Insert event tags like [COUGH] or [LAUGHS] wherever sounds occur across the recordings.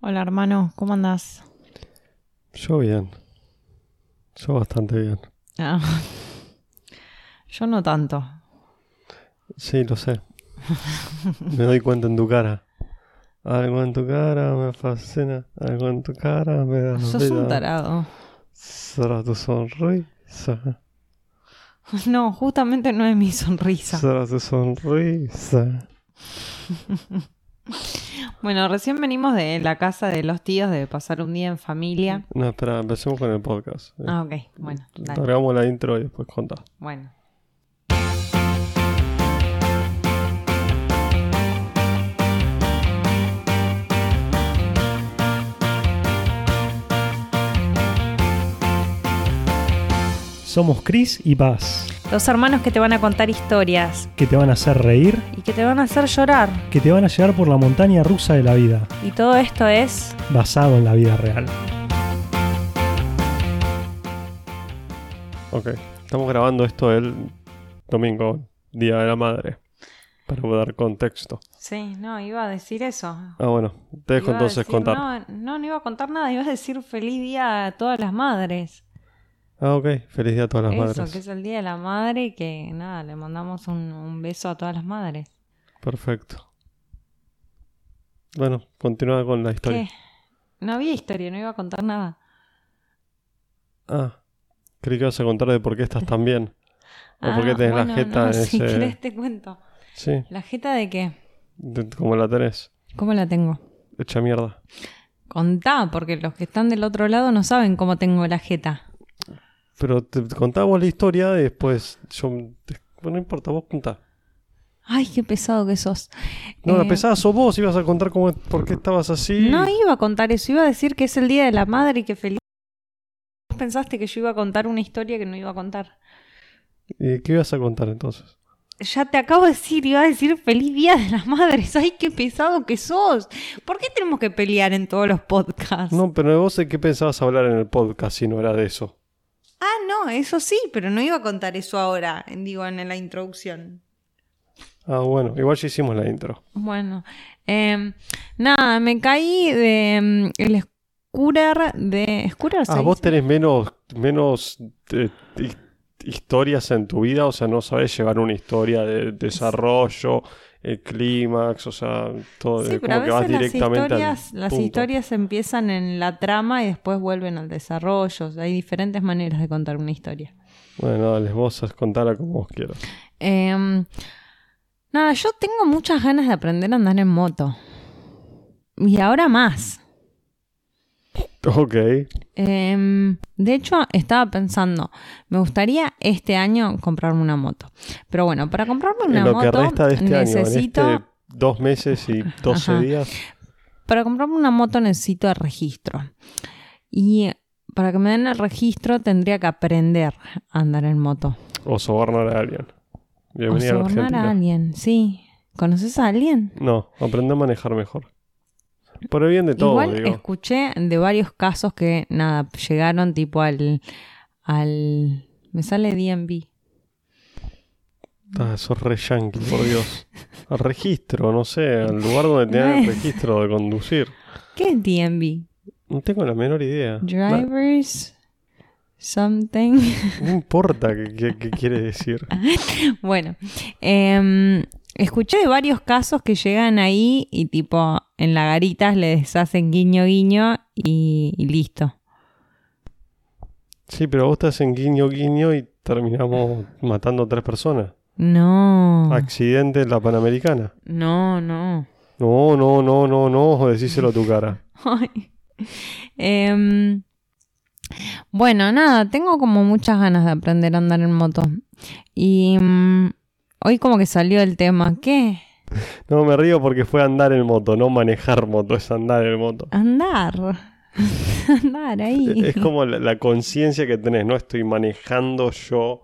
Hola hermano, ¿cómo andás? Yo bien. Yo bastante bien. Ah. Yo no tanto. Sí, lo sé. me doy cuenta en tu cara. Algo en tu cara me fascina. Algo en tu cara me da Sos un tarado. [LAUGHS] Será tu sonrisa. No, justamente no es mi sonrisa. Será tu sonrisa. Bueno, recién venimos de la casa de los tíos de pasar un día en familia. No, espera, empecemos con el podcast. Eh, Ah, ok, bueno, dale. Largamos la intro y después contá. Bueno. Somos Cris y Paz, Los hermanos que te van a contar historias que te van a hacer reír, y que te van a hacer llorar. que te van a llevar por la montaña rusa de la vida, Y todo esto es... basado en la vida real. Ok, estamos grabando esto el domingo, Día de la Madre. Para dar contexto. Sí, no, iba a decir eso. Ah, bueno, te dejo Iba a entonces decir- contar. No, no, no iba a contar nada, iba a decir feliz día a todas las madres. Ah, ok, feliz día a todas las eso, madres. que es el día de la madre y que nada, le mandamos un, un beso a todas las madres. Perfecto. Bueno, continúa con la historia. ¿Qué? No había historia, no iba a contar nada. Ah, creí que ibas a contar de por qué estás tan bien. o por qué Ah, tenés bueno, la jeta no, [LAUGHS] en Si ese- querés te cuento. Sí, ¿La jeta de qué? de- como la tenés. ¿Cómo la tengo? Hecha mierda. Contá, porque los que están del otro lado no saben cómo tengo la jeta. Pero te te contamos la historia y después yo... te- bueno, no importa, vos contá. Ay, qué pesado que sos. No, la Eh, pesada sos vos, ibas a contar cómo, por qué estabas así. No iba a contar eso, iba a decir que es el Día de la Madre y que feliz. Vos pensaste que yo iba a contar una historia que no iba a contar. ¿Y qué ibas a contar entonces? Ya te acabo de decir, iba a decir feliz Día de las Madres. Ay, qué pesado que sos. ¿Por qué tenemos que pelear en todos los podcasts? No, pero vos de qué pensabas hablar en el podcast si no era de eso. Ah, no, eso sí, pero no iba a contar eso ahora, digo, en la introducción. Ah, bueno, igual ya hicimos la intro. Bueno, eh, nada, me caí de mm, el scooter de scooter. se Ah, vos dice? tenés menos, menos eh, hi- historias en tu vida, o sea, no sabés llevar una historia de desarrollo, el clímax, o sea, todo, Sí, eh, pero a como que vas veces las directamente al historias, las punto. historias empiezan en la trama y después vuelven al desarrollo. Hay diferentes maneras de contar una historia. Bueno, dale, vos haz- contala como vos quieras. [LAUGHS] Em, nada, yo tengo muchas ganas de aprender a andar en moto. Y ahora más. Ok, Em, de hecho, estaba pensando, me gustaría este año comprarme una moto. Pero bueno, para comprarme una en lo moto que resta de este necesito, año, en este dos meses y doce Ajá. días, para comprarme una moto necesito el registro. Y para que me den el registro tendría que aprender a andar en moto. o sobornar a alguien. o Bienvenida a sobornar Argentina. a alguien, sí. ¿Conoces a alguien? No, aprende a manejar mejor. Por el bien de todo, Igual digo. escuché de varios casos que nada, llegaron tipo al al me sale DMV. Ah, sos re yankee, por Dios. Al registro, no sé, al lugar donde te dan el registro de conducir. ¿Qué es DMV? No tengo la menor idea. No, Drivers something. [LAUGHS] no importa qué, qué- qué quiere decir. Bueno, em, escuché de varios casos que llegan ahí y tipo en la garitas les hacen guiño guiño y, y listo. Sí, pero vos estás en guiño guiño y terminamos matando a tres personas. No, Ah, Accidente en la Panamericana. no, no. No, no, no, no, no, decíselo a tu cara. Ay. Em, bueno, nada, tengo como muchas ganas de aprender a andar en moto. Y mm, hoy como que salió el tema, ¿qué? No, me río porque fue andar en moto, no manejar moto, es andar en moto. Andar. [LAUGHS] andar ahí. [LAUGHS] Es como la, la conciencia que tenés, no estoy manejando yo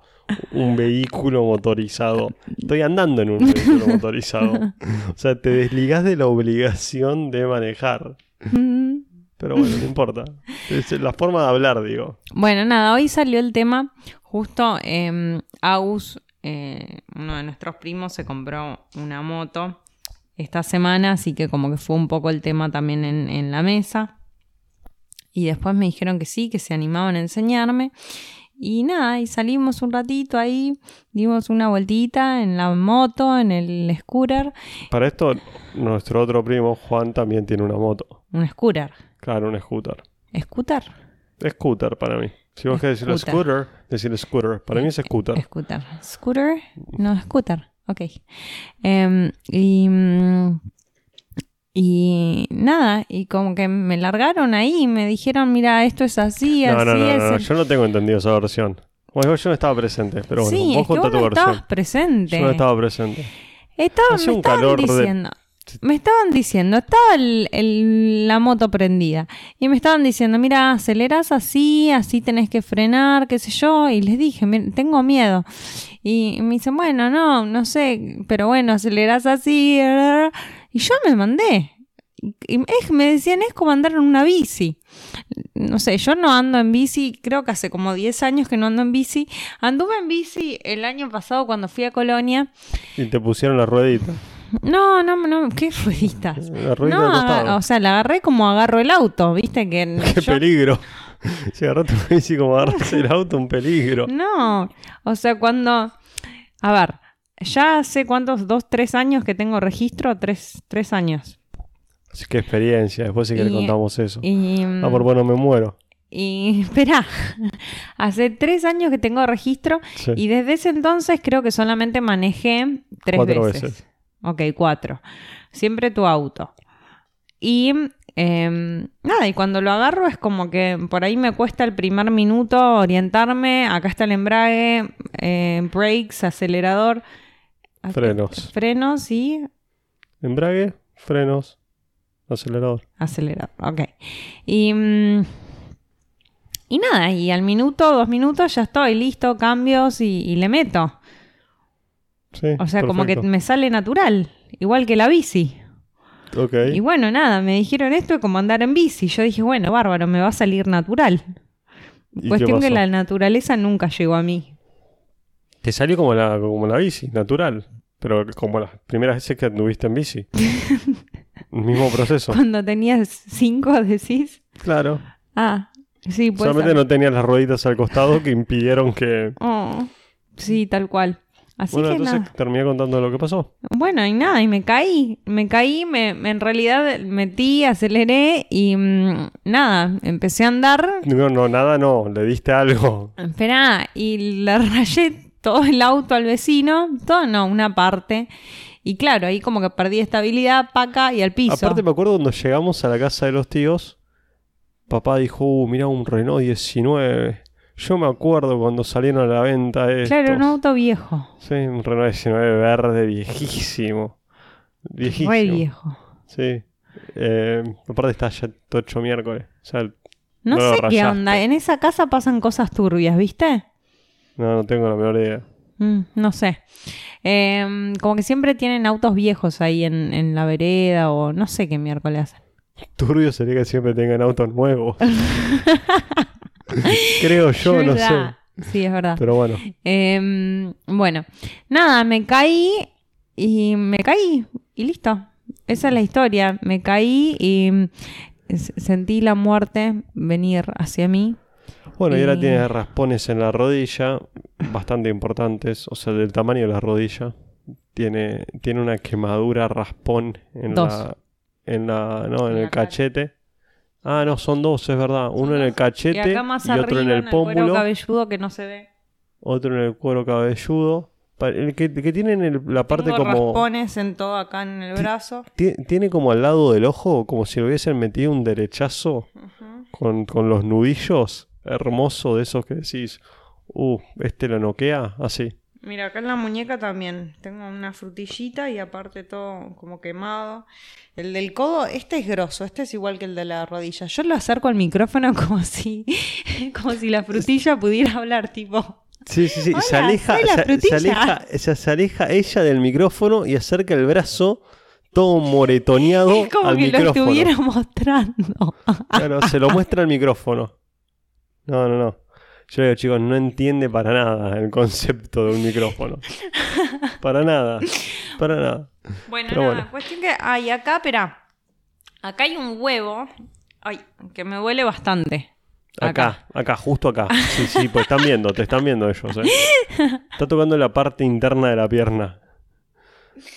un vehículo motorizado. Estoy andando en un vehículo motorizado. O sea, te desligás de la obligación de manejar. Mm. Pero bueno, no importa. Es la forma de hablar, digo. Bueno, nada, hoy salió el tema. Justo em, eh, Agus, eh, uno de nuestros primos, se compró una moto esta semana, así que como que fue un poco el tema también en, en la mesa. Y después me dijeron que sí, que se animaban a enseñarme. Y nada, y salimos un ratito ahí, dimos una vueltita en la moto, en el scooter. Para esto, nuestro otro primo, Juan, también tiene una moto. Un scooter. Claro, un scooter. ¿Scooter? Scooter para mí. Si vos querés decirlo Scooter. scooter, decir scooter. Para mí es scooter. Scooter. ¿Scooter? No, scooter. Ok. Em, y, mm, y nada, y como que me largaron ahí, me dijeron, mira, esto es así, No, así no, no, es. no, el-". no, yo no tengo entendido esa versión. Bueno, yo no estaba presente, pero bueno, sí, es vos que contá vos tu no estabas versión. presente. Yo no estaba presente. Estaban, Hacía me un estaban calor de- diciendo. Me estaban diciendo, estaba el- el- la moto prendida. Y me estaban diciendo, mira, acelerás así, así tenés que frenar, qué sé yo. Y les dije, "Mir- tengo miedo. Y me dicen, bueno, no, no sé, pero bueno, acelerás así. eh". Y yo me mandé. Y y es- me decían, es como andar en una bici. No sé, yo no ando en bici, creo que hace como 10 años que no ando en bici. Anduve en bici el año pasado cuando fui a Colonia. Y te pusieron la ruedita. No, no, no, qué [LAUGHS] rueditas. La ruedita No, del costado. aga- o sea, la agarré como agarro el auto, viste [LAUGHS] que ¡Qué yo- peligro! Si agarraste una bici como agarraste el auto, un peligro. No, o sea, cuando a ver, ya hace cuántos dos, tres años que tengo registro, tres, tres años. Así que experiencia, después si que le Y- contamos eso. Y mm, Ah, por bueno, me muero. y [LAUGHS] espera, hace tres años que tengo registro Sí. y desde ese entonces creo que solamente manejé tres Cuatro veces. veces. Ok, cuatro. Siempre tu auto. Y em, nada, y cuando lo agarro es como que por ahí me cuesta el primer minuto orientarme. Acá está el embrague, eh, brakes, acelerador. ac- Frenos. Frenos y Embrague, frenos, acelerador. acelerador. Ok. Y, mm, y nada, y al minuto, dos minutos ya estoy listo, cambios y, y le meto. Sí, O sea, como que perfecto. me sale natural, igual que la bici. Ok. Y bueno, nada, me dijeron esto es como andar en bici. Yo dije, bueno, bárbaro, me va a salir natural. ¿Y qué Cuestión que pasó? la naturaleza nunca llegó a mí. Te salió como la, como la bici, natural. Pero como las primeras veces que anduviste [LAUGHS] en bici. Mismo proceso. Cuando tenías cinco, [LAUGHS] decís, Claro. ah, sí, pues. Solamente no tenías las rueditas al costado que impidieron que... Oh, sí, tal cual. Así bueno, que entonces nada. terminé contando lo que pasó. Bueno, y nada, y me caí. Me caí, me, me- en realidad metí, aceleré y mm, nada, empecé a andar. No, no, nada no. Le diste algo. Esperá, y le rayé todo el auto al vecino, todo no, una parte. Y claro, ahí como que perdí estabilidad, paca y al piso. Aparte me acuerdo cuando llegamos a la casa de los tíos, papá dijo, uh, mirá un Renault 19. Yo me acuerdo cuando salieron a la venta estos. claro, un auto viejo, Sí, un Renault 19 verde viejísimo. Viejísimo. re viejo. Sí. Eh, aparte está ya todo hecho miércoles. O sea, No, No lo sé qué rayaste. onda, en esa casa pasan cosas turbias, ¿viste? no, no tengo la menor idea. Mm, no sé. Em, como que siempre tienen autos viejos ahí en, en la vereda o no sé qué miércoles hacen. Turbio sería que siempre tengan autos [LAUGHS] nuevos. Creo yo, Es no verdad. sé. Sí, es verdad. Pero bueno, Em, bueno, nada, me caí y me caí y listo. Esa es la historia. Me caí y mm, s- sentí la muerte venir hacia mí. bueno, y ahora Y- tienes raspones en la rodilla, bastante importantes, o sea, del tamaño de la rodilla. Tiene, tiene una quemadura raspón en Dos. la en la no, en En el la cara. cachete. Ah, no, son dos, es verdad, uno en el Y cachete acá más Este y arriba, otro en el cuero pómulo. cabelludo que no se ve. otro en el cuero cabelludo. Pa- El que, que tiene en el- la parte Tengo como. raspones en todo acá en el Ti- brazo. ti- Tiene como al lado del ojo, como si le hubiesen metido un derechazo Ujú. con, con los nudillos. Hermoso de esos que decís, uh, este lo noquea. Así. Mira, acá en la muñeca también. Tengo una frutillita y aparte todo como quemado. El del codo, este es grosso, este es igual que el de la rodilla. Yo lo acerco al micrófono [LAUGHS] como si, como si la frutilla pudiera hablar, tipo. Sí, sí, sí. se, Hola, aleja, soy la se- se, frutilla. aleja, se- se aleja ella del micrófono y acerca el brazo todo moretoneado [LAUGHS] Es como Oh, al que lo micrófono. estuviera mostrando. Claro, se lo muestra el micrófono. No, no, [LAUGHS] no. Yo le digo, chicos, no entiende para nada el concepto de un micrófono. Para nada. Para nada. Bueno, Pero nada, bueno. cuestión que. Ay, acá, espera. Acá hay un huevo. Ay, que me duele bastante. Acá, acá, justo acá. Sí, sí, pues están viendo, te están viendo ellos. ¿eh? Está tocando la parte interna de la pierna.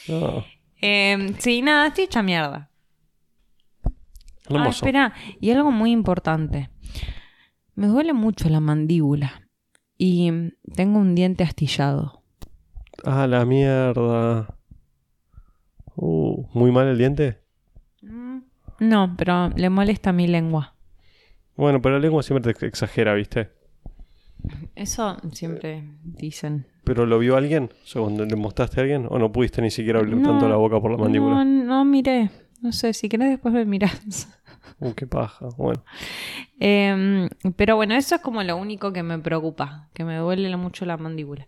No, Eh, sí, nada, estoy hecha mierda. Ah, hermoso. espera, y algo muy importante. Me duele mucho la mandíbula. Y mm, tengo un diente astillado. Ah, la mierda. Uh, ¿Muy mal el diente? Mm. No, pero le molesta mi lengua. Bueno, pero la lengua siempre te exagera, ¿viste? Eso siempre dicen. ¿Pero lo vio alguien? O sea, cuando le mostraste a alguien. ¿O no pudiste ni siquiera abrir No, tanto la boca por la mandíbula? No, no miré. No sé, si querés después me mirás. Uh, qué paja. Bueno. Eh, pero bueno, eso es como lo único que me preocupa, que me duele mucho la mandíbula.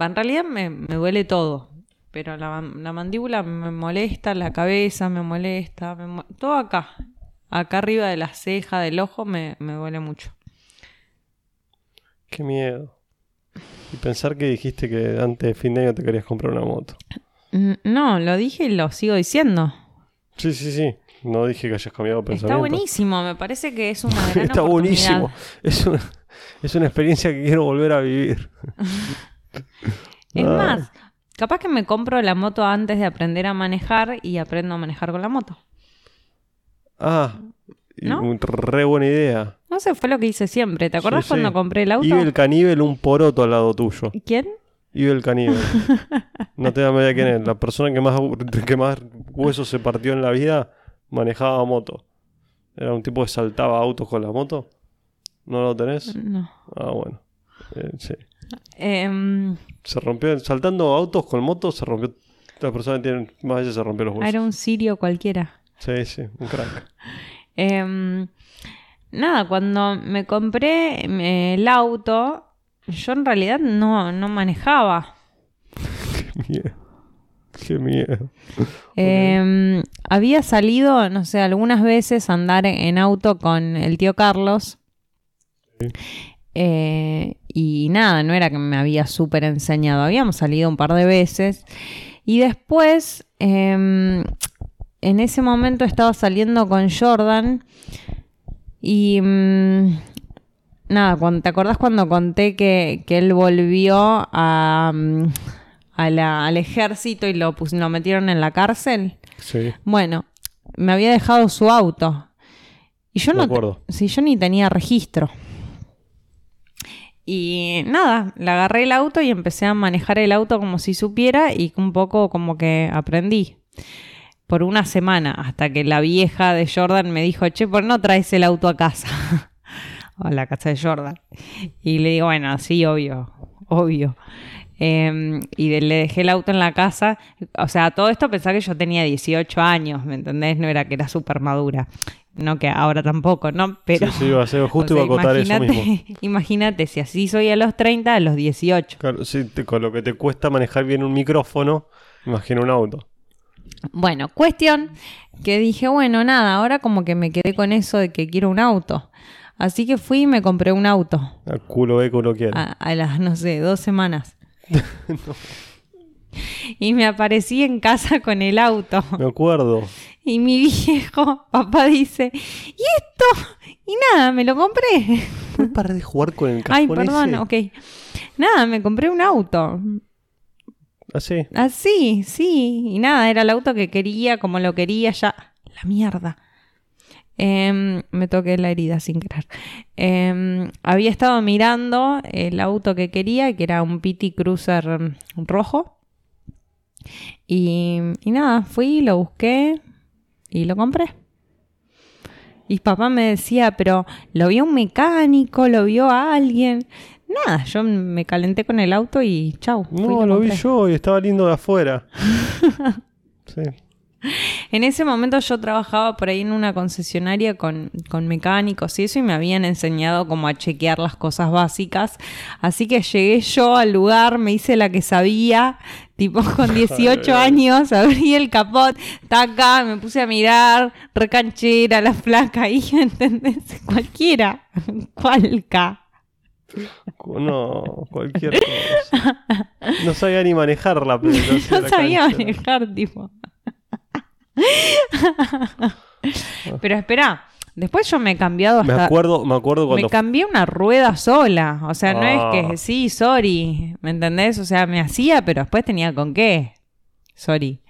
Va, en realidad me, me duele todo, pero la, la mandíbula me molesta, la cabeza me molesta, me mo- todo acá, acá arriba de la ceja, del ojo, me, me duele mucho. Qué miedo. Y pensar que dijiste que antes de fin de año te querías comprar una moto. Mm, No, lo dije y lo sigo diciendo. Sí, sí, sí. No dije que hayas cambiado de Está pensamiento. buenísimo, me parece que [LAUGHS] es una gran Está oportunidad. buenísimo. Es una, es una experiencia que quiero volver a vivir. Es Ah. más, capaz que me compro la moto antes de aprender a manejar y aprendo a manejar con la moto. Ah, y ¿No? un- re buena idea. No sé, fue lo que hice siempre. ¿Te acordás Sí, sí. cuando compré el auto? Ibe el caníbal, un poroto al lado tuyo. ¿Quién? Ibe [LAUGHS] el caníbal. no te da media quién es. La persona que más, que más huesos se partió en la vida manejaba moto. Era un tipo que saltaba autos con la moto. ¿No lo tenés? No. Ah, bueno. Eh, sí. Em, Se rompió, saltando autos con motos, se rompió. La persona que tiene más veces se rompió los huesos. era un sirio cualquiera. Sí, sí, un crack. Em, nada, cuando me compré em, el auto, yo en realidad no, no manejaba. Qué miedo. Qué miedo. Em, había salido, no sé, algunas veces a andar en auto con el tío Carlos. Eh, y nada, no era que me había súper enseñado. Habíamos salido un par de veces. Y después, em, en ese momento estaba saliendo con Jordan. Y mm, nada, cuando, ¿te acordás cuando conté que, que él volvió a, mm, a la- al ejército y lo, pus- lo metieron en la cárcel? Sí. Bueno, me había dejado su auto. Y yo Me no. te- acuerdo. Sí, yo ni tenía registro. Y nada, le agarré el auto y empecé a manejar el auto como si supiera y un poco como que aprendí. Por una semana, hasta que la vieja de Jordan me dijo, che, ¿por qué no traes el auto a casa? [LAUGHS] a la casa de Jordan. Y le digo, bueno, sí, obvio, obvio. Eh, y de- le dejé el auto en la casa. O sea, todo esto pensaba que yo tenía 18 años, ¿me entendés? No era que era súper madura. No que ahora tampoco, ¿no? Pero... sí, sí, iba a ser justo [LAUGHS] o sea, iba a acotar eso imagínate- mismo. [LAUGHS] Imagínate, si así soy a los 30, a los 18. Claro, sí, te- con lo que te cuesta manejar bien un micrófono, imagino un auto. Bueno, cuestión que dije, bueno, nada, ahora como que me quedé con eso de que quiero un auto. Así que fui y me compré un auto Al culo ve que uno quiere. a, a las, no sé, dos semanas. Y me aparecí en casa con el auto. Me acuerdo. Y mi viejo papá dice, ¿y esto? Y nada, me lo compré. ¿Puedes parar de jugar con el cajón Ay, perdón, ese? ok. Nada, me compré un auto. Ah, sí. Así, sí. Y nada, era el auto que quería, como lo quería, ya. La mierda. Em, me toqué la herida sin querer. Em, había estado mirando el auto que quería, que era un PT Cruiser rojo. Y, y nada, fui, lo busqué y lo compré. Y papá me decía, pero lo vio un mecánico, lo vio a alguien. Nada, yo me calenté con el auto y chau. fui y No, lo vi compré. yo y estaba lindo de [LAUGHS] afuera. sí. En ese momento yo trabajaba por ahí en una concesionaria con, con mecánicos y eso y me habían enseñado como a chequear las cosas básicas. Así que llegué yo al lugar, me hice la que sabía, tipo [LAUGHS] con 18 años, abrí el capot, taca, me puse a mirar, [LAUGHS] recanchera, la flaca ahí, ¿entendés? Cualquiera, [LAUGHS] cualca. No, cualquier cosa. No sabía ni manejar la pelota. hacia No la sabía cancha. manejar, [LAUGHS] tipo. Pero espera, después yo me he cambiado Me hasta. acuerdo, me acuerdo cuando me cambié una rueda sola. O sea, no es Ah. que sí, sorry. ¿Me entendés? O sea, me hacía, pero después tenía con qué. Sorry.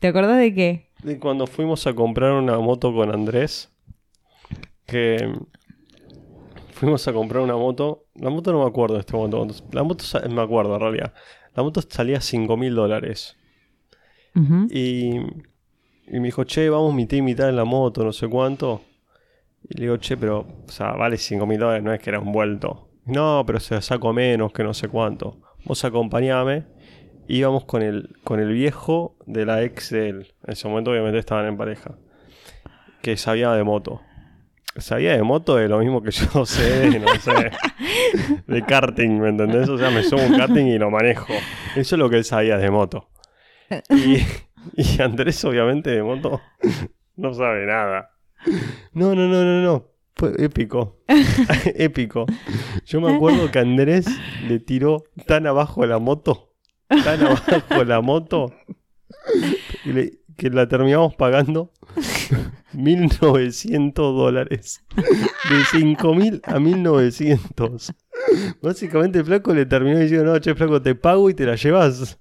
¿Te acordás de qué? de cuando fuimos a comprar una moto con Andrés, que fuimos a comprar una moto, la moto no me acuerdo en este momento, cuánto- la moto sa- me acuerdo en realidad, la moto salía 5 mil dólares Ujú. y, y me dijo, che, vamos mitad y mitad en la moto, no sé cuánto, y le digo, che, pero, o sea, vale 5 mil dólares, no es que era un vuelto, no, pero se la saco menos que no sé cuánto, vos acompañame. Íbamos con el, con el viejo de la ex de él. En ese momento, obviamente, estaban en pareja que sabía de moto. Sabía de moto de lo mismo que yo [LAUGHS] sé, de, no sé, de karting, ¿me entendés? O sea, me subo a un karting y lo manejo. Eso es lo que él sabía de moto. Y, [LAUGHS] y Andrés, obviamente, de moto no sabe nada. No, no, no, no, no. Fue épico. [LAUGHS] épico. Yo me acuerdo que Andrés le tiró tan abajo la moto, tan abajo la moto, que, le- que la terminamos [LAUGHS] pagando 1.900 dólares. De 5.000 a 1.900. Básicamente el flaco le terminó diciendo, no, che, flaco, te pago y te la llevas.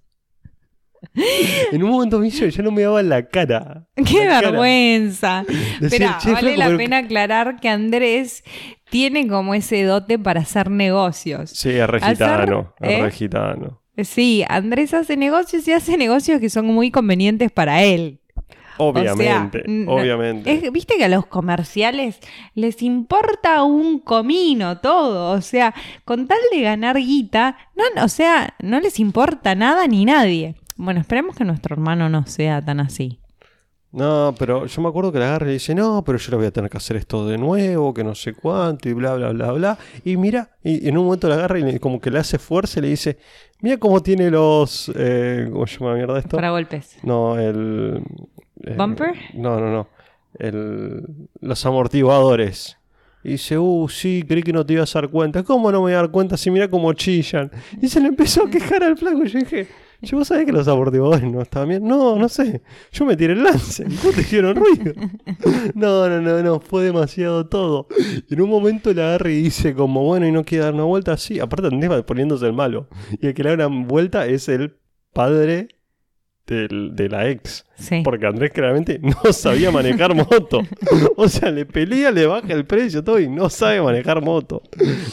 En un momento me hizo, yo no me daba la cara. [LAUGHS] ¡Qué La cara. vergüenza! Espera, "Che, vale flaco, la pero- pena aclarar que Andrés tiene como ese dote para hacer negocios. Sí, es re Hacer- gitano, es ¿eh? re gitano. Sí, Andrés hace negocios y hace negocios que son muy convenientes para él. Obviamente, n- obviamente. Es- Viste que a los comerciales les importa un comino todo, o sea, con tal de ganar guita, no, o sea, no les importa nada ni nadie. Bueno, esperemos que nuestro hermano no sea tan así. No, pero yo me acuerdo que la agarra y le dice, no, pero yo lo voy a tener que hacer esto de nuevo, que no sé cuánto, y bla, bla, bla, bla. Y mira, y en un momento la agarra y le- como que le hace fuerza y le dice, mira cómo tiene los... Eh, ¿Cómo se llama la mierda esto? Para golpes. No, el... eh, ¿Bumper? No, no, no. El, los amortiguadores. Y dice, uh, sí, creí que no te ibas a dar cuenta. ¿Cómo no me voy a dar cuenta si mira cómo chillan? Y se le empezó a quejar al flaco. Y yo dije, yo vos sabés que los amortiguadores no estaban bien. No, no sé. Yo me tiré el lance. [LAUGHS] No te hicieron ruido. No, no, no, no. Fue demasiado todo. Y en un momento la agarra y dice, como bueno, y no quiere dar una vuelta así. Aparte, Andrés va poniéndose el malo. Y el que le da una vuelta es el padre del- de la ex. Sí. Porque Andrés claramente [LAUGHS] no sabía manejar moto. O sea, le pelea, le baja el precio, todo, y no sabe manejar moto.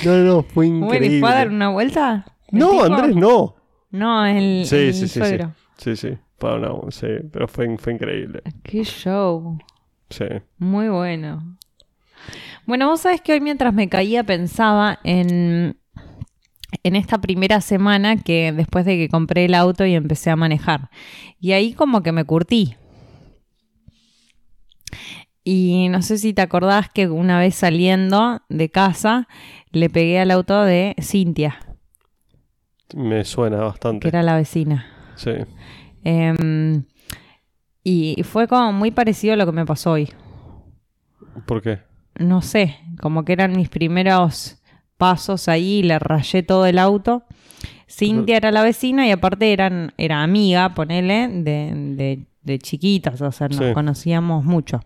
No, no, no, fue Bueno, ¿y increíble. fue a dar una vuelta? ¿El No, tipo? Andrés, no. No, el, Sí, el sí, sí, sí. suegro. Sí, sí, para una- sí, pero fue, fue increíble. Qué show. Sí. Muy bueno. Bueno, vos sabés que hoy mientras me caía pensaba en, en esta primera semana que después de que compré el auto y empecé a manejar. Y ahí como que me curtí. Y no sé si te acordás que una vez saliendo de casa le pegué al auto de Cintia, Me suena que bastante. era la vecina. Sí. Em, y fue como muy parecido a lo que me pasó hoy. ¿Por qué? no sé, como que eran mis primeros pasos ahí, le rayé todo el auto. Cintia era la vecina y aparte eran, era amiga, ponele, de, de- de chiquitas, o sea, nos Sí. conocíamos mucho.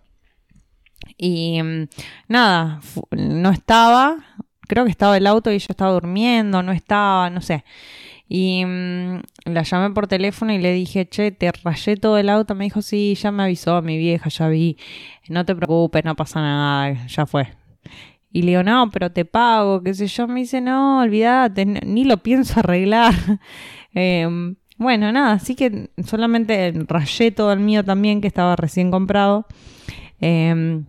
Y mm, nada, fu- no estaba, creo que estaba el auto y yo estaba durmiendo, no estaba, no sé. Y mm, la llamé por teléfono y le dije, che, te rayé todo el auto. Me dijo, sí, ya me avisó mi vieja, ya vi, no te preocupes, no pasa nada, ya fue. Y le digo, no, pero te pago, qué sé yo. Me dice, no, olvídate, n- ni lo pienso arreglar. [LAUGHS] Eh, bueno, nada, así que solamente rayé todo el mío también, que estaba recién comprado. Eh,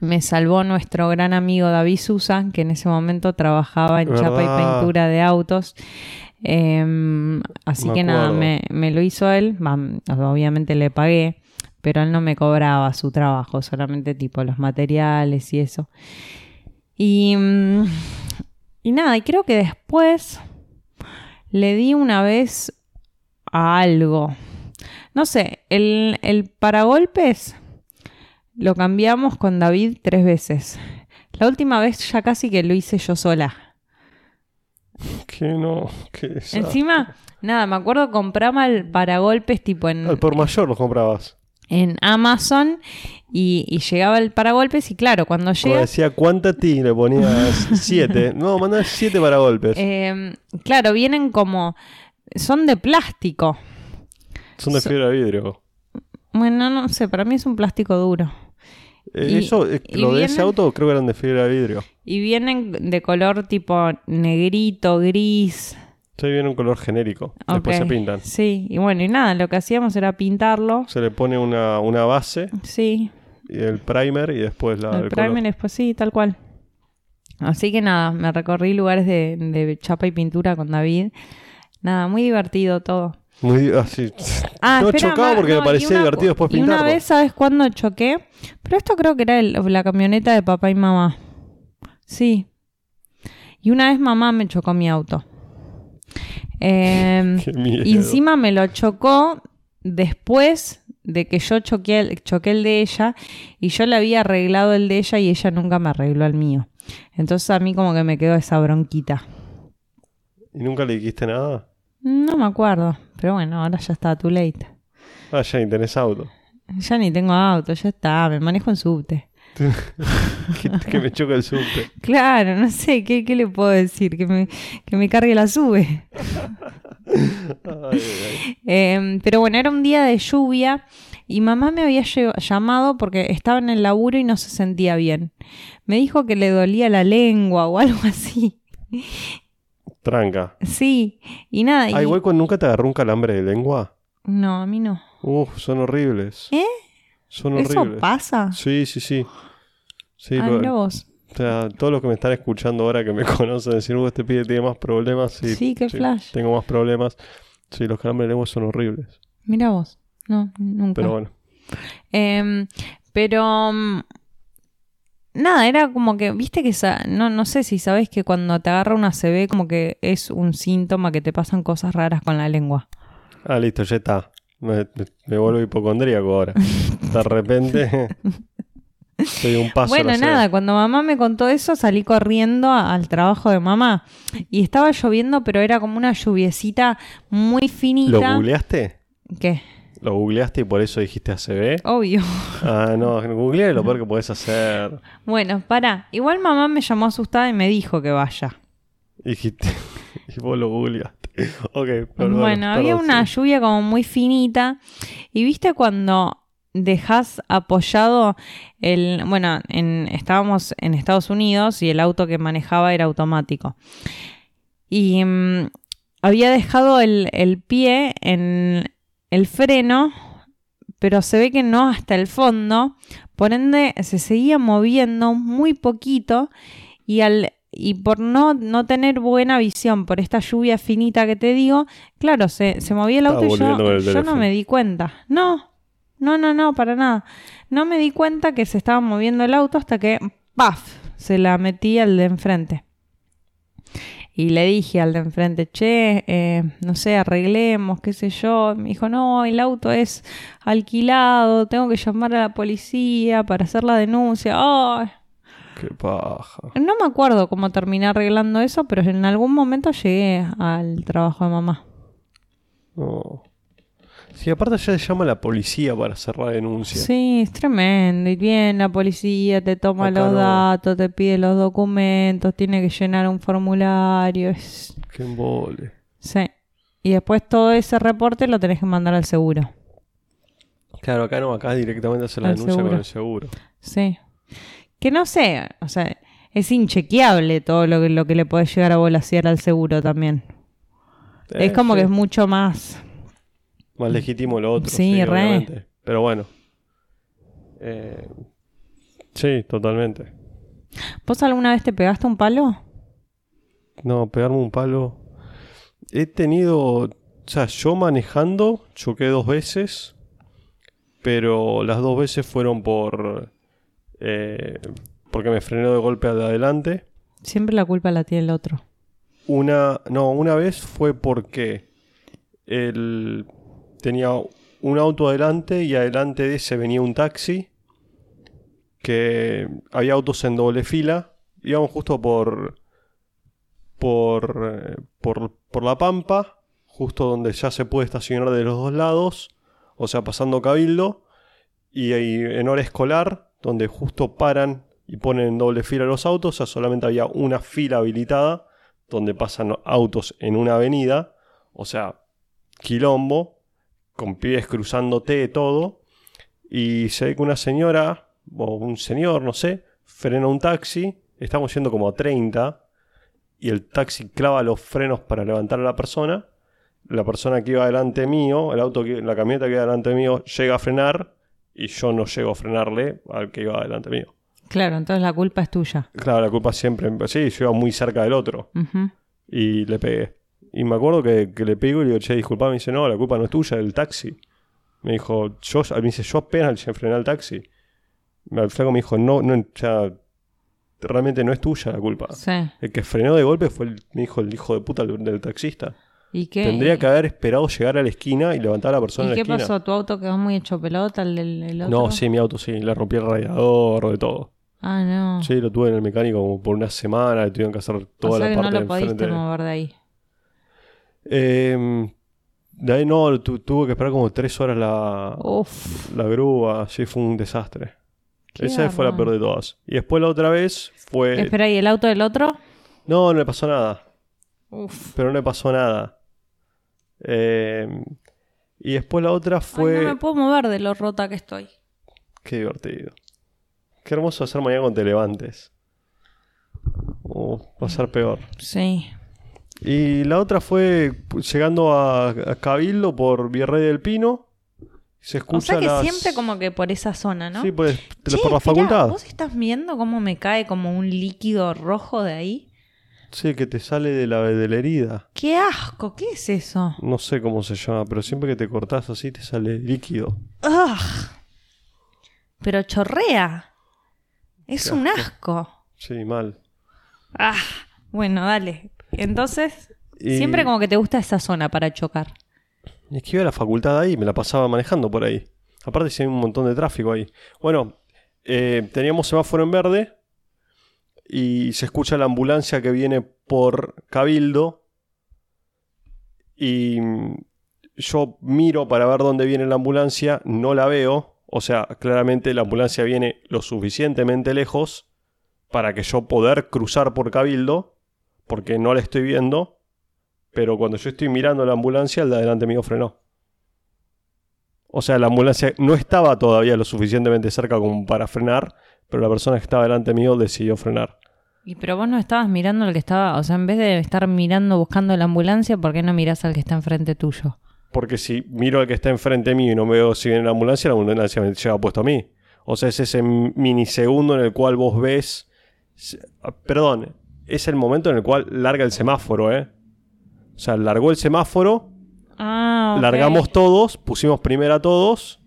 me salvó nuestro gran amigo David Susa, que en ese momento trabajaba en chapa y ¿Verdad? pintura de autos. Eh, así Me que nada, acuerdo. me, me lo hizo él. Va, Obviamente le pagué, pero él no me cobraba su trabajo, solamente tipo los materiales y eso. Y, mm, y nada, y creo que después le di una vez a algo. No sé, el, el paragolpes lo cambiamos con David tres veces. La última vez ya casi que lo hice yo sola. que no, Ah, que desastre. Encima, nada, me acuerdo comprar mal paragolpes tipo en, Al por mayor los comprabas. en Amazon y, y llegaba el paragolpes y claro, cuando Cuando llega... decía cuánta ti le ponías [LAUGHS] siete. No, mandás siete para golpes. eh, claro, vienen como... Son de plástico. Son de so- fibra de vidrio. Bueno, no sé, para mí es un plástico duro. Eh, y- eso, eh, y lo de ese vienen- auto creo que eran de fibra de vidrio. Y vienen de color tipo negrito, gris. Se viene un color genérico. Después Ok. se pintan. Sí, y bueno, y nada, lo que hacíamos era pintarlo. Se le pone una, una base, Sí, y el primer y después la, el primer y después sí, tal cual. Así que nada, me recorrí lugares de, de chapa y pintura con David. Nada, muy divertido todo. Muy así. Ah, no espera, chocaba Mar, porque no, y me parecía una- divertido después Y pintarlo. una vez, ¿sabes cuándo choqué? Pero esto creo que era el- la camioneta de papá y mamá. Sí. Y una vez mamá me chocó mi auto. [LAUGHS] Eh, [LAUGHS] Qué miedo. y encima me lo chocó después de que yo choqué el, choqué el de ella y yo le había arreglado el de ella y ella nunca me arregló el mío. Entonces a mí como que me quedó esa bronquita. ¿Y nunca le dijiste nada? No me acuerdo, pero bueno, ahora ya está too late. Ah, ya ni tenés auto. [LAUGHS] Ya ni tengo auto, ya está, me manejo en subte. que, que me choca el subte. [LAUGHS] Claro, no sé, ¿qué, qué le puedo decir? Que me, que me cargue la sube. Ay, ay. Eh, pero bueno, era un día de lluvia y mamá me había lle- llamado porque estaba en el laburo y no se sentía bien. Me dijo que le dolía la lengua o [LAUGHS] algo así. Tranca. Sí, y nada. y- Ah, igual cuando nunca te agarró un calambre de lengua. No, a mí no. Uf, son horribles. ¿Eh? Son ¿Eso horribles. pasa? Sí, sí, sí. Sí, Ah, lo- mirá vos. o sea, todos los que me están escuchando ahora que me [LAUGHS] conocen decir, "Uh, este pibe tiene más problemas. Sí, Sí, qué flash. Tengo más problemas. Sí, los calambres de lengua son horribles. Mira vos. No, nunca. Pero bueno, Em, pero mm, nada, era como que, viste que sa- no, no sé si sabes que cuando te agarra una CB como que es un síntoma que te pasan cosas raras con la lengua. ah, listo, ya está. Me, me- me vuelvo hipocondríaco ahora. [LAUGHS] De repente, doy un paso. a la bueno, cebra. nada, cuando mamá me contó eso salí corriendo a- al trabajo de mamá y estaba lloviendo, pero era como una lluviecita muy ¿Lo finita. googleaste? ¿Qué? ¿Lo googleaste y por eso dijiste [LAUGHS] ACB? Obvio. Ah, no, googleé lo peor que podés hacer. Bueno, pará. Igual mamá me llamó asustada y me dijo que vaya. Dijiste, [LAUGHS] y vos lo googleaste. Ok, perdón. bueno, había perdón, una sí. lluvia como muy finita. Y viste cuando dejas apoyado el. Bueno, en, estábamos en Estados Unidos y el auto que manejaba era automático. Y mm, había dejado el, el pie en el freno, pero se ve que no hasta el fondo. Por ende, se seguía moviendo muy poquito y al y por no, no tener buena visión por esta lluvia finita que te digo, claro, se, se movía el Estaba auto y yo, volviendo con el yo no teléfono. me di cuenta. No, no, no, no, para nada. No me di cuenta que se estaba moviendo el auto hasta que, ¡paf! Se la metí al de enfrente. Y le dije al de enfrente, che, eh, no sé, arreglemos, qué sé yo. Y Me dijo, no, el auto es alquilado, tengo que llamar a la policía para hacer la denuncia. Ay, Qué paja. No me acuerdo cómo terminé arreglando eso, pero en algún momento llegué al trabajo de mamá. No. Sí, aparte ya se llama la policía para hacer la denuncia. Sí, es tremendo. Y bien, la policía te toma Acá los no. datos, te pide los documentos, tiene que llenar un formulario. es- Qué embole. Sí. Y después todo ese reporte lo tenés que mandar al seguro. Claro, acá no, acá directamente hace la Al denuncia seguro. con el seguro. Sí. Que no sé, o sea, es inchequeable todo lo que, lo que le podés llegar a volasear al seguro también. Eh, es como sí, que es mucho más. Más legítimo lo otro. Sí, Sí, re. obviamente. Pero bueno. Eh, sí, totalmente. ¿Vos alguna vez te pegaste un palo? No, pegarme un palo. He tenido. O sea, yo manejando, choqué dos veces. Pero las dos veces fueron por. eh, porque me frenó de golpe de adelante. Siempre la culpa la tiene el otro. Una. No, una vez fue porque. Él tenía un auto adelante y adelante de ese venía un taxi. Que había autos en doble fila. Íbamos justo por. por, eh, por, por La Pampa, justo donde ya se puede estacionar de los dos lados, o sea, pasando Cabildo, y ahí en hora escolar, donde justo paran y ponen en doble fila los autos, o sea, solamente había una fila habilitada, donde pasan autos en una avenida, o sea, quilombo, con pies cruzándote todo, y se ve que una señora, o un señor, no sé, frena un taxi, estamos yendo como a 30, y el taxi clava los frenos para levantar a la persona. La persona que iba delante mío, el auto que, la camioneta que iba delante mío, llega a frenar y yo no llego a frenarle al que iba delante mío. Claro, entonces la culpa es tuya. Claro, la culpa siempre. Sí, yo iba muy cerca del otro Ujú. y le pegué. Y me acuerdo que, que le pego y le digo, che, disculpa, me dice, no, la culpa no es tuya, del taxi. Me dijo, yo, me dice, yo apenas le frené al taxi. El flaco me dijo, no, no, ya, realmente no es tuya la culpa. Sí. El que frenó de golpe fue, el, me dijo, el hijo de puta del, del taxista. ¿Y qué? Tendría que haber esperado llegar a la esquina y levantar a la persona ¿Y en la qué esquina. pasó? ¿Tu auto quedó muy hecho pelota, el del el otro? No, sí, mi auto sí, le rompí el radiador, de todo. Ah, no. Sí, lo tuve en el mecánico como por una semana, le tuvieron que hacer toda o sea la que parte no de lo podiste enfrente. mover de ahí. Eh, de ahí no, tu- tuve que esperar como tres horas la, Oh. Uf. la grúa, sí, fue un desastre. Qué Esa fue la garrón. peor de todas. Y después la otra vez fue... Espera, ¿y el auto del otro? No, no le pasó nada. Uf. pero no le pasó nada. Eh, y después la otra fue. Ay, no me puedo mover de lo rota que estoy. Qué divertido. Qué hermoso hacer mañana cuando te levantes. O va a Mm. ser peor. Sí. Y la otra fue llegando a, a Cabildo por Virrey del Pino. Se escucha O sea que las- siempre como que por esa zona, ¿no? Sí, por, el- Che, por la espera, facultad. ¿Vos estás viendo cómo me cae como un líquido rojo de ahí? Sí, que te sale de la, de la herida. ¡Qué asco! ¿Qué es eso? No sé cómo se llama, pero siempre que te cortás así te sale líquido. ¡Ugh! Pero chorrea. Es un asco. Sí, mal. Ah, bueno, dale. Entonces, Y- siempre como que te gusta esa zona para chocar. Y Es que iba a la facultad ahí, me la pasaba manejando por ahí. Aparte, si hay un montón de tráfico ahí. Bueno, eh, teníamos semáforo en verde y se escucha la ambulancia que viene por Cabildo. Y mm, yo miro para ver dónde viene la ambulancia, no la veo. O sea, claramente la ambulancia viene lo suficientemente lejos para que yo poder cruzar por Cabildo, porque no la estoy viendo. Pero cuando yo estoy mirando la ambulancia, el de adelante mío frenó. O sea, la ambulancia no estaba todavía lo suficientemente cerca como para frenar, pero la persona que estaba delante mío decidió frenar. Y pero vos no estabas mirando al que estaba, o sea, en vez de estar mirando buscando la ambulancia, ¿por qué no mirás al que está enfrente tuyo? Porque si miro al que está enfrente mío y no veo si viene la ambulancia, la ambulancia me lleva puesto a mí. O sea, es ese minisegundo en el cual vos ves. se- ah, Perdón, es el momento en el cual larga el semáforo, ¿eh? O sea, largó el semáforo, Ah, ok. Largamos todos, pusimos primero a todos.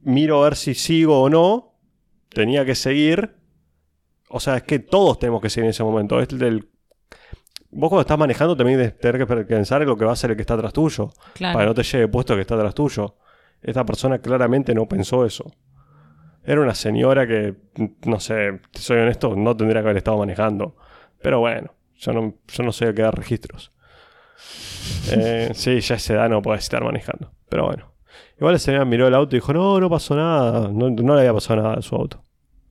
Miro a ver si sigo o no. Tenía que seguir. O sea, es que todos tenemos que seguir en ese momento. Es del... Vos cuando estás manejando también tenés que pensar en lo que va a hacer el que está atrás tuyo. Claro. Para que no te lleve puesto el que está atrás tuyo. Esta persona claramente no pensó eso. Era una señora que, no sé, te soy honesto, no tendría que haber estado manejando. Pero bueno, yo no, yo no soy el que da registros. Eh, sí, ya a esa edad no puedes estar manejando. Pero bueno. Igual la señora miró el auto y dijo, no, no pasó nada. No, no le había pasado nada a su auto.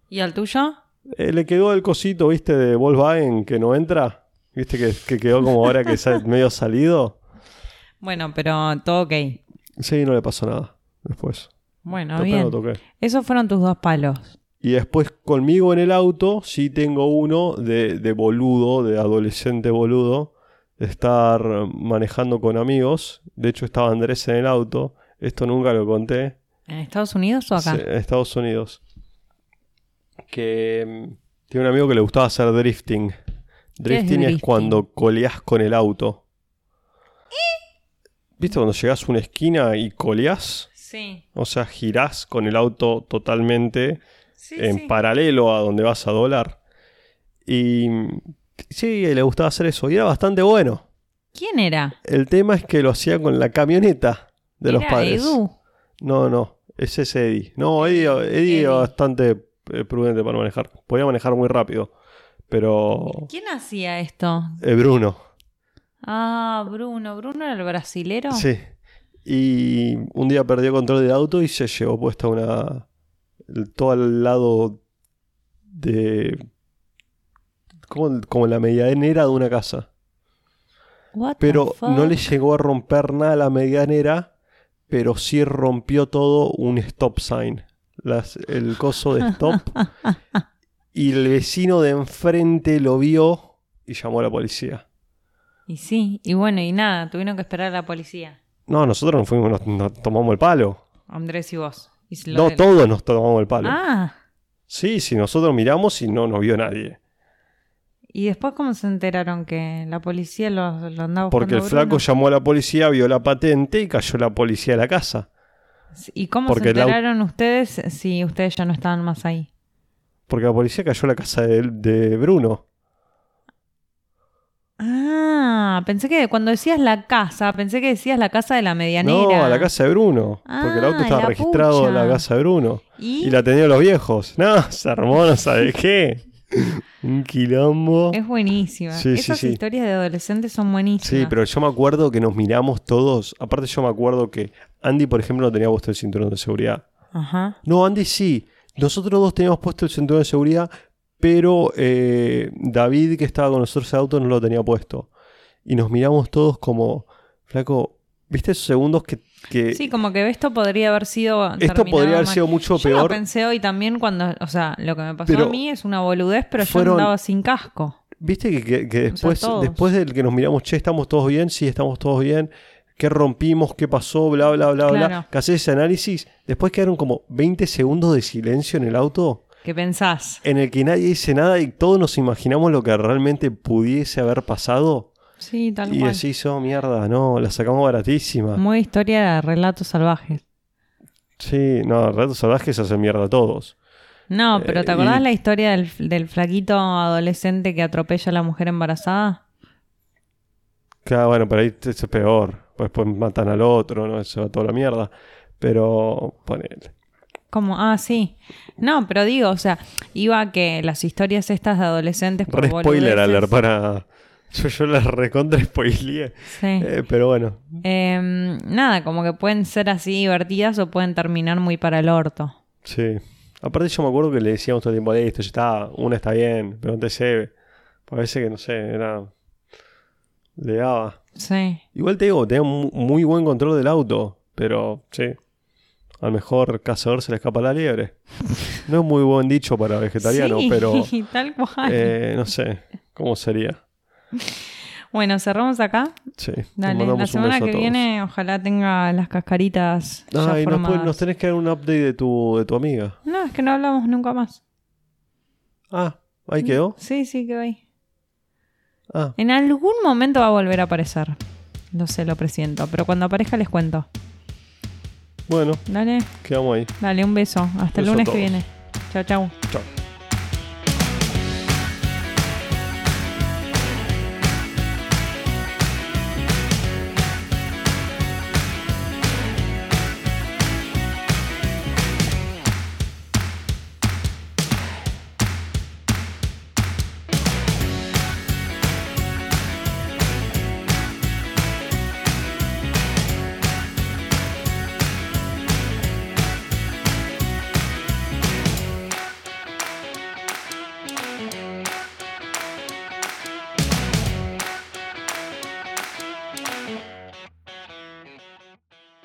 ¿Y al tuyo? Eh, le quedó el cosito, viste, de Volkswagen que no entra. Viste que, que quedó como ahora que sale [LAUGHS] medio salido. Bueno, pero todo ok. Sí, no le pasó nada después. Bueno, Apenas Ah, bien. lo toqué. Esos fueron tus dos palos. Y después conmigo en el auto sí tengo uno de, de boludo, de adolescente boludo, de estar manejando con amigos. De hecho estaba Andrés en el auto. Esto nunca lo conté. ¿En Estados Unidos o acá? Sí, en Estados Unidos. Que mm, tiene un amigo que le gustaba hacer drifting. ¿Qué es Drifting es, drifting? cuando coleás con el auto. ¿Viste cuando llegás a una esquina y coleás? Sí. O sea, girás con el auto totalmente Sí, en paralelo a donde vas a doblar. Y mm, sí, le gustaba hacer eso. Y era bastante bueno. ¿Quién era? El tema es que lo hacía con la camioneta de los Era padres. Edu. No, no. Ese es Eddie. No, Eddie, Eddie Eddie. es bastante eh, prudente para manejar. Podía manejar muy rápido. pero ¿Quién hacía esto? eh, Bruno. Ah, Bruno. ¿Bruno era el brasilero? Sí. Y un día perdió control del auto y se llevó puesta una. el- todo al lado de. como, como la medianera de una casa. What the Pero no fuck? le llegó a romper nada la medianera, pero sí rompió todo un stop sign. Las- el coso [LAUGHS] de stop. y el vecino de enfrente lo vio y llamó a la policía. Y sí, y bueno, y nada, tuvieron que esperar a la policía. No, nosotros nos fuimos, nos, nos tomamos el palo. Andrés y vos. Y se lo No, de- todos nos tomamos el palo. Ah, Sí, sí, nosotros miramos y no nos vio nadie. y después cómo se enteraron que la policía lo, lo andaba buscando. Porque el a flaco Bruno? llamó a la policía, vio la patente y cayó la policía de la casa. ¿Y cómo porque se el au- enteraron ustedes si ustedes ya no estaban más ahí? Porque la policía cayó a la casa de, de Bruno. Ah, pensé que cuando decías la casa, pensé que decías la casa de la medianera. No, a la casa de Bruno. Porque el Ah, auto estaba la registrado en la pucha. casa de Bruno. ¿Y? Y la tenían los viejos. [LAUGHS] No, se armó, no [LAUGHS] sabe qué. Un quilombo. Es buenísima. Sí, sí, Esas sí. historias de adolescentes son buenísimas. Sí, pero yo me acuerdo que nos miramos todos. Aparte, yo me acuerdo que Andy, por ejemplo, no tenía puesto el cinturón de seguridad. Ajá. No, Andy sí. Nosotros dos teníamos puesto el cinturón de seguridad, pero eh, David, que estaba con nosotros en el auto, no lo tenía puesto. Y nos miramos todos como, flaco, ¿viste esos segundos que... que Sí, como que esto podría haber sido. Eh, esto terminado podría haber mal. sido mucho Yo lo peor. pensé hoy también cuando, o sea, lo que me pasó Pero a mí es una boludez, pero fueron- yo andaba sin casco. ¿Viste que, que- que después, todos. después del que nos miramos, che, estamos todos bien? Sí, estamos todos bien. ¿Qué rompimos? ¿Qué pasó? Bla, bla, bla, Claro. bla. Que haces ese análisis. Después quedaron como 20 segundos de silencio en el auto. ¿Qué pensás? en el que nadie dice nada y todos nos imaginamos lo que realmente pudiese haber pasado. Sí, tal y cual. decís, oh mierda, no, la sacamos baratísima. Muy historia de relatos salvajes. sí, no, Ratos Salvajes hace mierda a todos. No, Eh, pero ¿te acordás y- la historia del, del flaquito adolescente que atropella a la mujer embarazada? Claro, bueno, pero ahí t- eso es peor. Pues pues matan al otro, ¿no? Eso va toda la mierda. Pero, ponele. Como, ah, sí. No, pero digo, o sea, iba a que las historias estas de adolescentes por Re spoiler boludeces- alert pues. para. [LAUGHS] Yo, yo la recontra spoileé. Sí. Eh, pero bueno, Em, nada, como que pueden ser así divertidas o pueden terminar muy para el orto. sí. Aparte, yo me acuerdo que le decíamos todo el tiempo, "Eh, esto ya está, una está bien, pero no te lleve. Parece que no sé, era. Le daba. Sí. Igual te digo, tenía mu- muy buen control del auto, pero sí. A lo mejor cazador se le escapa [LAUGHS] la liebre. No es muy buen dicho para vegetariano, Sí, [LAUGHS] pero Tal cual. eh, no sé cómo sería. Bueno, cerramos acá. Sí, les Dale, mandamos la un semana beso a que todos. viene ojalá tenga las cascaritas ya Ay, nos, formadas. puede- nos tenés que dar un update de tu, de tu amiga. No, es que no hablamos nunca más. Ah, Mm. ahí quedó. Sí, sí, quedó ahí. Ah, En algún momento va a volver a aparecer. No sé, lo presiento. Pero cuando aparezca les cuento. bueno, Dale, quedamos ahí. dale, un beso. Hasta Beso el a lunes que todos. viene. Chao, chao.